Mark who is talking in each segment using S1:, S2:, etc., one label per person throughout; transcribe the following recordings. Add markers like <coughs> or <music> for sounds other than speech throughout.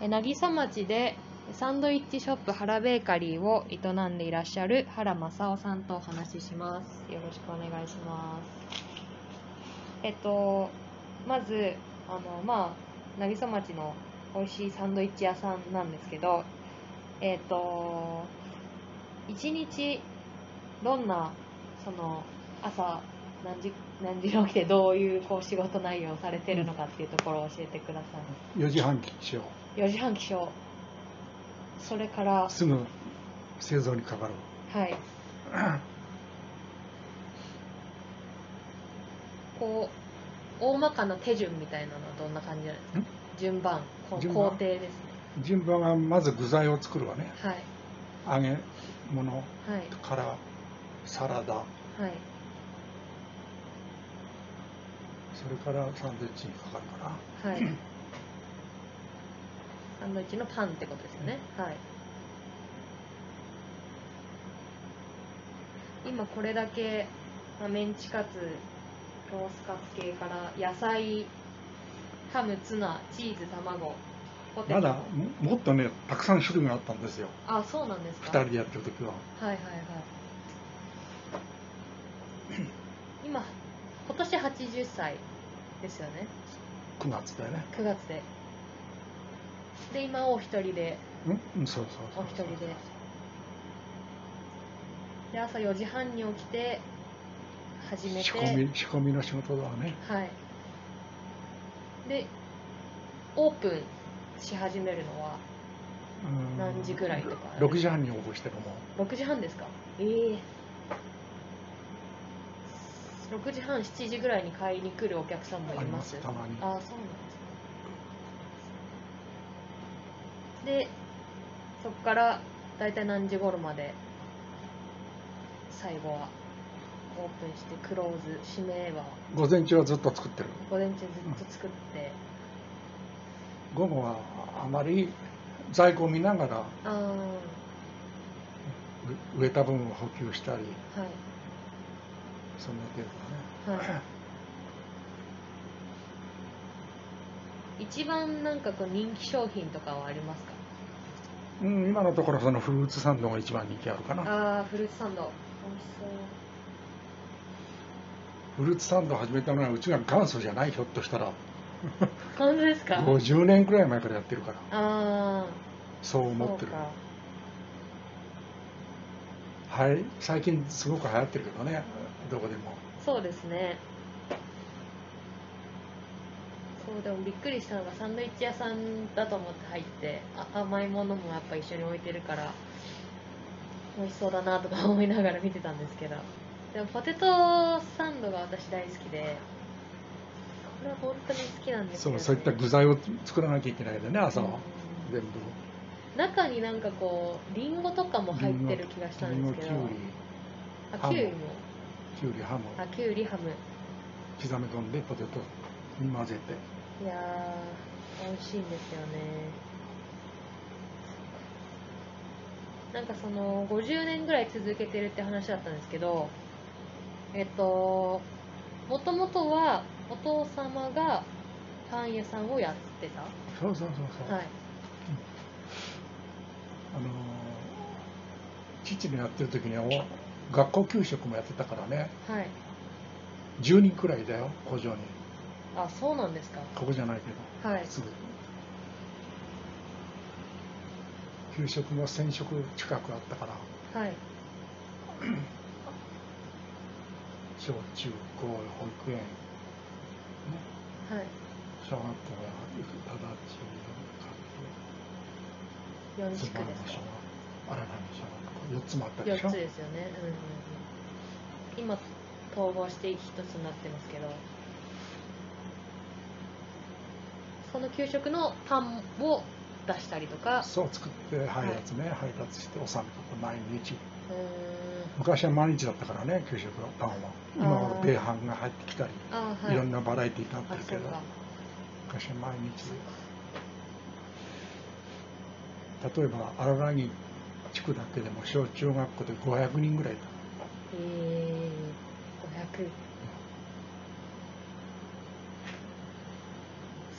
S1: え渚町でサンドイッチショップ原ベーカリーを営んでいらっしゃる原正夫さんとお話しします。よろしくお願いします。えっと、まず、あの、まあ、渚町の美味しいサンドイッチ屋さんなんですけど、えっと、一日、どんな、その、朝、何時、何時に起きてどういう、こう、仕事内容をされてるのかっていうところを教えてください。
S2: 4時半起床
S1: 4時半起床それから
S2: すぐ製造にかかる <coughs>
S1: はいこう大まかな手順みたいなのはどんな感じなんですか
S2: ん
S1: 順番こう
S2: 順
S1: 工
S2: 番
S1: 程ですね
S2: 順番はまず具材を作るわね
S1: はい
S2: 揚げ物
S1: はい
S2: からサラダ
S1: はい
S2: それからサンドイッチにかかるかな
S1: はいサンドイッチのパンってことですよねはい今これだけ、まあ、メンチカツロースカツ系から野菜ハムツナチーズ卵ポテト
S2: まだももっとねたくさん種類があったんですよ
S1: あそうなんですか
S2: 2人でやってる時は
S1: はいはいはい今今年80歳ですよね
S2: 9月だよね
S1: 9月でで今お一人で
S2: うんうんそうそうそう
S1: お一人でで朝4時半に起きて始めて
S2: 仕込み仕込みの仕事だわね
S1: はいでオープンし始めるのは
S2: うん
S1: 何時ぐらいとか
S2: 6時半に応募してるも
S1: 6時半ですかええ6時半7時ぐらいに買いに来るお客さんもい
S2: んあり
S1: ま
S2: ますすたまに
S1: ああそうなんですねでそこから大体何時頃まで最後はオープンしてクローズ締めは
S2: 午前中はずっと作ってる
S1: 午前中ずっと作って、
S2: 午後はあまり在庫を見ながら
S1: ああ
S2: う植えた分を補給したり
S1: は
S2: そんな程
S1: いはい <laughs>
S2: 度だね
S1: 一番なんかこう人気商品とかはありますか
S2: うん今のところそのフルーツサンドが一番人気あるかな
S1: ああフルーツサンド美味しそう
S2: フルーツサンドを始めたのはうちが元祖じゃないひょっとしたら
S1: 本当ですかあ
S2: 50年くらい前からやってるから
S1: あ
S2: そ
S1: ー
S2: う思って
S1: そう
S2: る
S1: か
S2: はい最近すごく流行ってるけどねどこでも
S1: そうですねそうでもびっくりしたのがサンドイッチ屋さんだと思って入ってあ甘いものもやっぱ一緒に置いてるから美味しそうだなとか思いながら見てたんですけどでもポテトサンドが私大好きでこれは本当に好きなんですけ
S2: そ
S1: ど、
S2: う
S1: ね、
S2: そういった具材を作らなきゃいけないんだね朝は
S1: うん
S2: 全部
S1: 中になんかこうりんごとかも入ってる気がした
S2: り
S1: ん
S2: ん
S1: で
S2: ご
S1: す
S2: き
S1: け
S2: ゅう
S1: どあ
S2: ハム
S1: キュウリも
S2: りきゅうりハム
S1: あキュウリハム
S2: 刻み込んでポテトに混ぜて
S1: いやー、美味しいんですよね。なんかその、50年ぐらい続けてるって話だったんですけど、えっと、もともとはお父様がパン屋さんをやってた。
S2: そうそうそうそう、
S1: はい。
S2: あのー父のやってる時にはお学校給食もやってたからね
S1: はい。
S2: 10人くらいだよ工場に
S1: あ、そうなんですか。
S2: ここじゃないけ
S1: はい
S2: ど。すぐ給食も1000食近くあったから
S1: はい。
S2: 小中高保育園、ね、
S1: はい。
S2: 小学校やただ中
S1: 4
S2: 学
S1: 地
S2: つ
S1: 区
S2: まら
S1: で
S2: の
S1: すか
S2: 小学。校あららの小学校4つもあったでしょ
S1: 4つですよね、うんうんうん、今統合して一つになってますけどその給食のパンを出したりとか
S2: そう作って配達ね、配達して納めとか毎日
S1: うーん
S2: 昔は毎日だったからね給食のパンは今
S1: あ
S2: は
S1: ー
S2: 米飯が入ってきたり、
S1: あー
S2: い、
S1: は
S2: ろ
S1: い
S2: んなバラエティーにな
S1: あ
S2: ってる
S1: そ
S2: け
S1: う
S2: ど
S1: か
S2: 昔は毎日例えば荒谷地区だけでも小中学校で500人ぐらいいた
S1: えー、500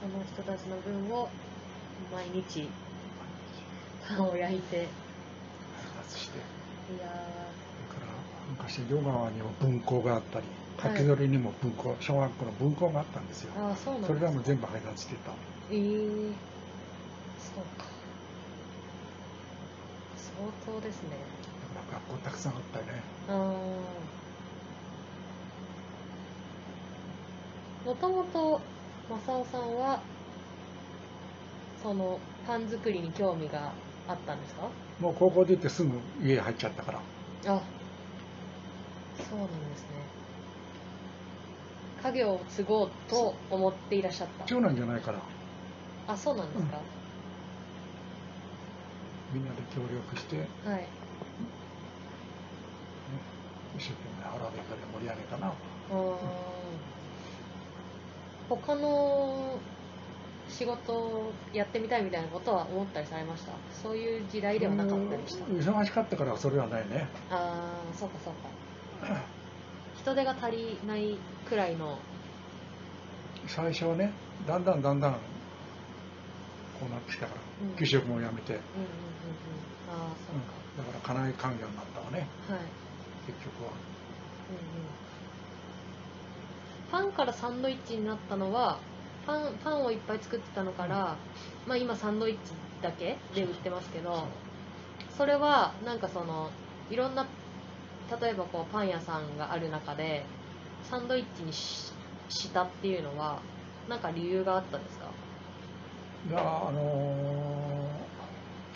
S1: その人たちの分を毎日パ <laughs> ンを焼いてい
S2: 発達してだ
S1: や
S2: から昔ヨガにも文庫があったり書き取りにも文庫、小学校の文庫があったんですよ
S1: ーああそうなんです
S2: そ
S1: か
S2: れらも全部配達してた
S1: えー、そうか相当ですね
S2: だから学校たくさんあったよね
S1: あもともと正雄さんはそのパン作りに興味があったんですか
S2: もう高校出てすぐ家入っちゃったから
S1: あそうなんですね家業を継ごうと思っていらっしゃった
S2: 長男じゃないから
S1: あそうなんですか、
S2: みんなで協力して、ね
S1: はい
S2: 一生懸命腹べから盛り上げたな
S1: うーん他の仕事をやってみたいみたいなことは思ったりされましたそういう時代ではなかったりした
S2: うん忙しかったからそれはないね
S1: ああそうかそうか人手が足りないくらいの
S2: 最初はねだんだんだんだんこうなってきたから
S1: うん
S2: 給食もやめて、う
S1: うんうんうんうん
S2: ん
S1: ああそうか、
S2: だから家内官業になったわね
S1: はい
S2: 結局は
S1: うんうんパンからサンドイッチになったのはパンパンをいっぱい作ってたのから、まあ今サンドイッチだけで売ってますけどそれはなんかそのいろんな例えばこうパン屋さんがある中でサンドイッチにししたっていうのはなんか理由があったんですか
S2: そうだからあのー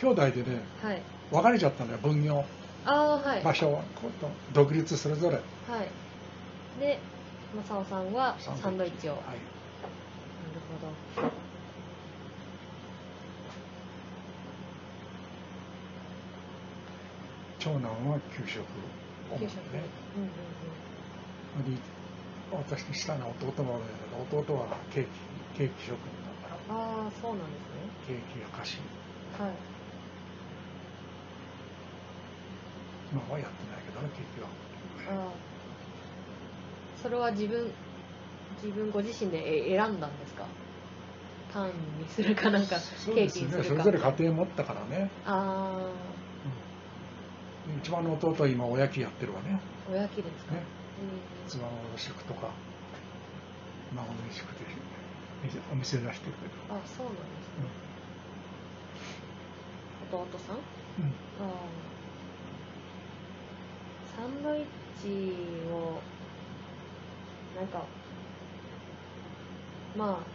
S2: 兄弟でね
S1: はい
S2: 別れちゃったんだよ分業
S1: ああはい、
S2: 場所はこと独立それぞれ
S1: はいで正雄さんはサンドイッチを
S2: はい
S1: なるほど。
S2: 長男は給食を
S1: 給食
S2: ね
S1: うんうんうん。
S2: で私の下の弟もおるんだけど弟はケーキケーキ職人だから
S1: ああ、そうなんですね。
S2: ケーキや菓子
S1: はい。
S2: 今はやってないけどねケーキは
S1: ああ。それは自分、自分ご自身でえ選んだんですかパンにするかなんか、
S2: そう
S1: ケ
S2: で
S1: ー
S2: す
S1: キに
S2: ね
S1: するか。
S2: それぞれ家庭持ったからね
S1: あ
S2: 一番の弟は今おやきやってるわね
S1: あ、おやきですか。う
S2: ね
S1: ん
S2: 一番の食とか孫の食で店お店出してるけど、
S1: あそうなんですね。弟さん
S2: うんう
S1: あ
S2: ん
S1: あサンドイッチをなんかまあ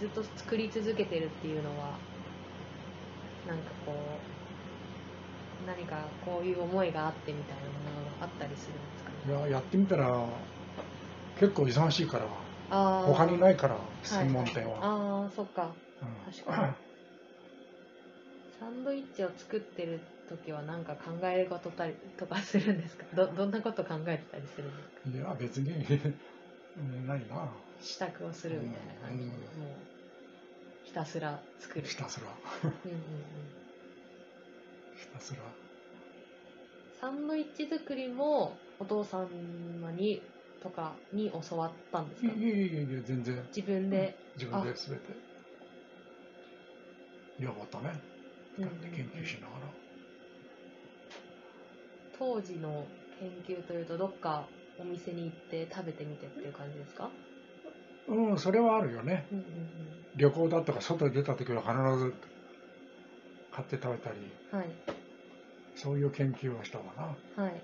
S1: ずっと作り続けてるっていうのはなんかこう何かこういう思いがあってみたいなものがあったりするんですかね
S2: いややってみたら結構忙しいから
S1: あ
S2: 他にないいから専門店は、
S1: ああそっか
S2: うん
S1: 確かにサンドイッチを作ってる時は何か考えることたりとかするんですかどどんなこと考えてたりするんですか
S2: <laughs> いや別にうんないな
S1: 支度をするみたいな感じで、
S2: う
S1: もうひたすら作る、
S2: ひたす
S1: う
S2: ら
S1: んうんうん、
S2: ひたすら
S1: サンドイッチ作りもお父様にとかに教わったんです
S2: い
S1: か
S2: やいやいやいや全然
S1: 自分で、
S2: 自分で全て両方とね
S1: うんうんうん
S2: 研究しながら、
S1: 当時の研究というとどっかお店に行って食べてみてっていう感じですか、
S2: うん、それはあるよね。
S1: うんうん
S2: 旅行だとか外に出た時は必ず買って食べたり、
S1: うん、はい
S2: そういう研究をしたわな。
S1: はい、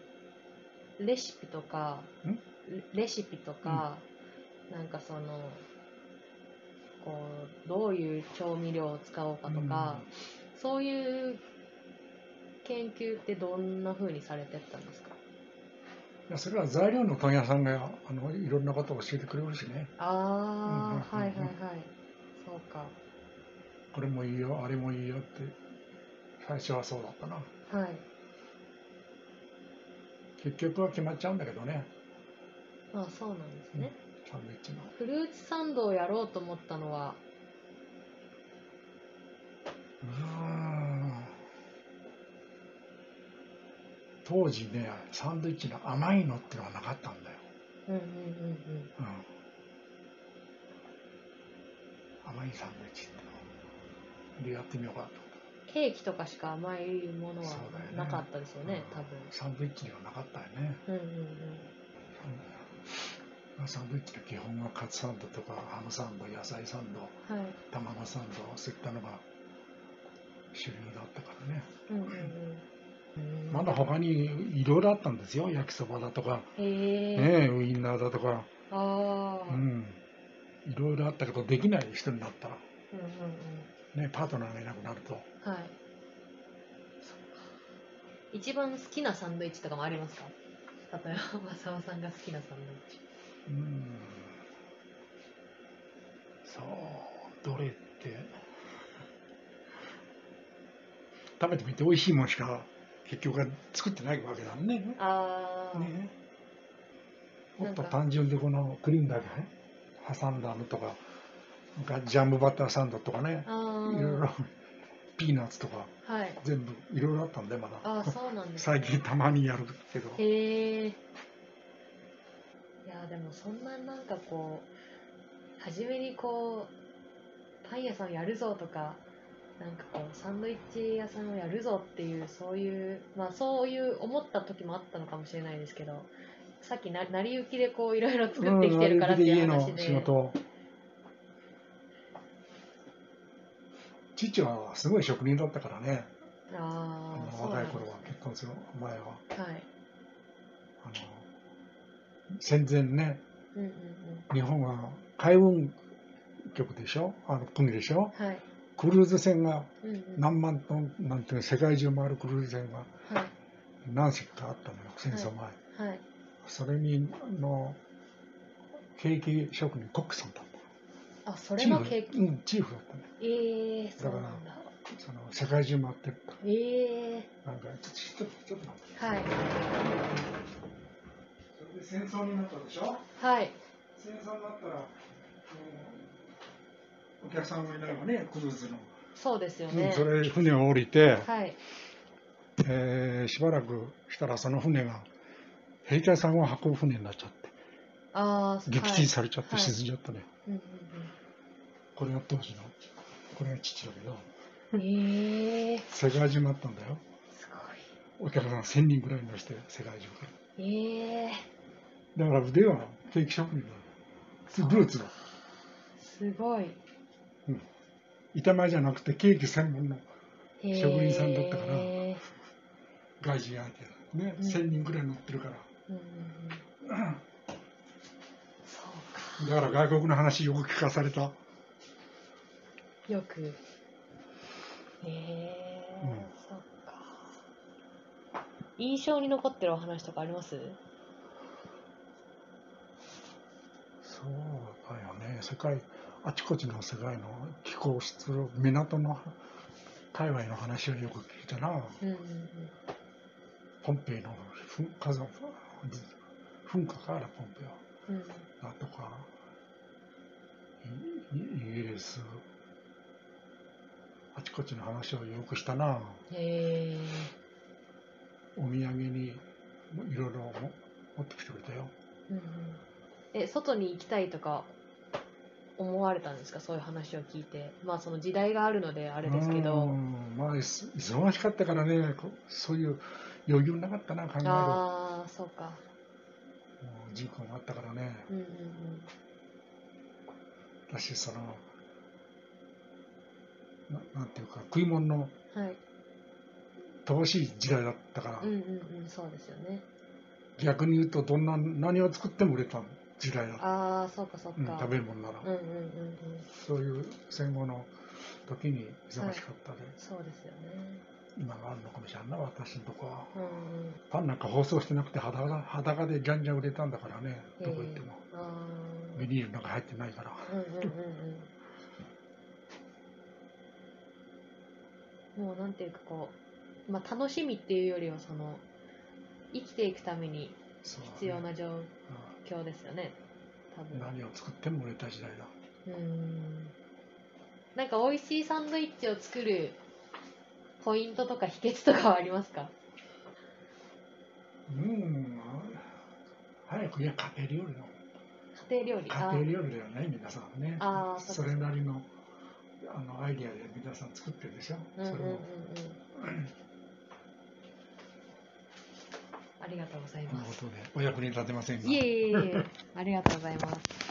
S1: レシピとか
S2: ん
S1: レレシピとか、なんかそのこうどういう調味料を使おうかとか、そういう研究ってどんな風にされてったんですか
S2: いやそれは材料の問屋さんがあのいろんなことを教えてくれるしね。
S1: ああ、
S2: うん
S1: は
S2: うんうんうん
S1: いはいはいそうか
S2: これもいいよ、あれもいいよって。最初はそうだったな。
S1: はい
S2: 結局は決まっちゃうんだけどね。
S1: まあそうなんですね、
S2: サンドイッチの。
S1: フルーツサンドをやろうと思ったのは
S2: うーん当時ね、サンドイッチの甘いのってのはなかったんだよ。
S1: うんうんうんうん
S2: うん甘いサンドイッチってのをでやってみようかなと思って
S1: ケーキとかしか甘いものは
S2: そうだよね
S1: なかったですよね、多分。
S2: サンドイッチにはなかったよね
S1: うんうんうん。
S2: まあサンドイッチの基本はカツサンドとかハムサンド野菜サンド
S1: はい。
S2: 卵サンドそういったのが主流だったからね
S1: うんうんうん。
S2: まだ他にいろいろあったんですよ焼きそばだとか、
S1: へえ。
S2: ね、ウインナーだとか
S1: ああ。
S2: う
S1: うん
S2: んいろいろあったけどできない人になったら
S1: うんうん。
S2: ねパートナーがいなくなると
S1: はい。そっか一番好きなサンドイッチとかもありますか例えば、マサオさんが好きなサンドイッチ。
S2: うんそうどれって食べてみて美味しいもんしか結局は作ってないわけだもんね
S1: ああ、
S2: ねも
S1: な
S2: っ
S1: んか
S2: と単純でこのクリームだけね挟んだのとかなんかジャムバターサンドとかね
S1: あ
S2: いろいろピーナッツとか
S1: あ。はい。
S2: 全部いろいろあったんでまだ
S1: ああ、そうなんです、
S2: 最近たまにやるけど
S1: へえ。いや、でもそんななんかこう、初めにこう、パン屋さんやるぞとか、なんかこう、サンドイッチ屋さんをやるぞっていう、そういう、まあそういう思った時もあったのかもしれないですけど、さっきな成り行きでこう、いろいろ作ってきてるからっていう
S2: うん
S1: 話
S2: 割引
S1: で。
S2: で家の仕事父はすごい職人だったからね
S1: あ
S2: あ
S1: あ、
S2: の
S1: そう
S2: 若
S1: なん
S2: い
S1: です
S2: 頃は結婚する前は
S1: はい。
S2: あの戦前ね
S1: うんうんうん。
S2: 日本は海運局でしょあの国でしょ
S1: はい。
S2: クルーズ船が
S1: うんうん。
S2: 何万トンなんていうの世界中回るクルーズ船が
S1: はい。
S2: 何隻かあったのよ戦争前、
S1: はい。
S2: それにあのケーキ職人コックさんだった
S1: あ、それが
S2: チー
S1: 結
S2: フうんチーフだったね
S1: ええそうなんだ。
S2: その世界中回ってるか
S1: ええ
S2: らなんかちょっとちょっと待って
S1: はい。
S2: それで戦争になったでしょ
S1: はい。
S2: 戦争になったらあのお客さんがいないわねクルーズの、
S1: そうですよ
S2: うん
S1: ね。
S2: それ船を降りて、
S1: はい。
S2: えーしばらくしたらその船が兵隊さんを運ぶ船になっちゃって
S1: ああ、
S2: 撃
S1: はい
S2: 沈されちゃって
S1: はい
S2: 沈んじゃったね、
S1: うん
S2: これが当時のこれが父だけど
S1: うんうん。ええ
S2: 世界中回ったんだよ
S1: すご
S2: お客さん1000人ぐらい乗せて世界中から
S1: い。ええ
S2: だから腕はケーキ職人だよ
S1: そう
S2: ルーツだ
S1: すごい。
S2: 板前じゃなくてケーキ専門の
S1: ええ
S2: 職人さんだったから
S1: うん
S2: 外人相手だね、
S1: うん
S2: 1000人ぐらい乗ってるから
S1: うんうん。そうか。
S2: <clears throat> だから外国の話よく聞かされた、
S1: よく。ええ
S2: うん
S1: そっか。印象に残ってるお話とかあります
S2: そうだよね世界あちこちの世界の気候出力港の界隈の話はよく聞いたな
S1: うんうんうん。
S2: ポンペイの噴火山噴火からポンペイは
S1: うん、
S2: だとかイイイギリスあちこちの話をよくしたな
S1: え
S2: お土産にいろいろ持ってきてくれたよ
S1: ーうんうん、え外に行きたいとか思われたんですかそういう話を聞いてまあその時代があるのであ
S2: あ
S1: れですけど
S2: まあいす忙しかったからねこそういう余裕なかったな考えるも
S1: ああそうか
S2: う人口もあったからね
S1: うんうんうん
S2: 私そのななんていうか食い物の
S1: はい
S2: 乏しい時代だったから、
S1: うんうんうんそうですよね
S2: 逆に言うとどんな何を作っても売れた時代だった、
S1: ああそうかそう
S2: うん
S1: か、
S2: 食べるもんなら、
S1: うんうんうんうん
S2: そういう戦後の時に忙しかったで、
S1: そうですよね
S2: 今があるのかもしれんない私のとこは
S1: うんうん
S2: パンなんか包装してなくて裸だ裸でじゃんじゃん売れたんだからねどこ行っても、
S1: あー
S2: ビニールなんか入ってないから
S1: うんうんうんうんもうなんていうかこう、まあ、楽しみっていうよりはその生きていくために
S2: そうだね
S1: 必要な状況ですよね多
S2: うん
S1: 分
S2: 何を作っても売れた時代だ
S1: うんなんか美味しいサンドイッチを作るポイントとか秘訣とかはありますか
S2: うん早くいや家庭料理の
S1: 家庭料理
S2: 家庭料理だよね皆さんね
S1: あーそ
S2: そう
S1: か
S2: れなりのあのアイディアで皆さん作ってるでしょ、
S1: うんうん
S2: そ
S1: うん
S2: れ
S1: う
S2: を
S1: ん。ありがとうござい
S2: この
S1: ま
S2: こ
S1: す。
S2: とでお役に立てませんが
S1: いえいえいえ、ありがとうございます。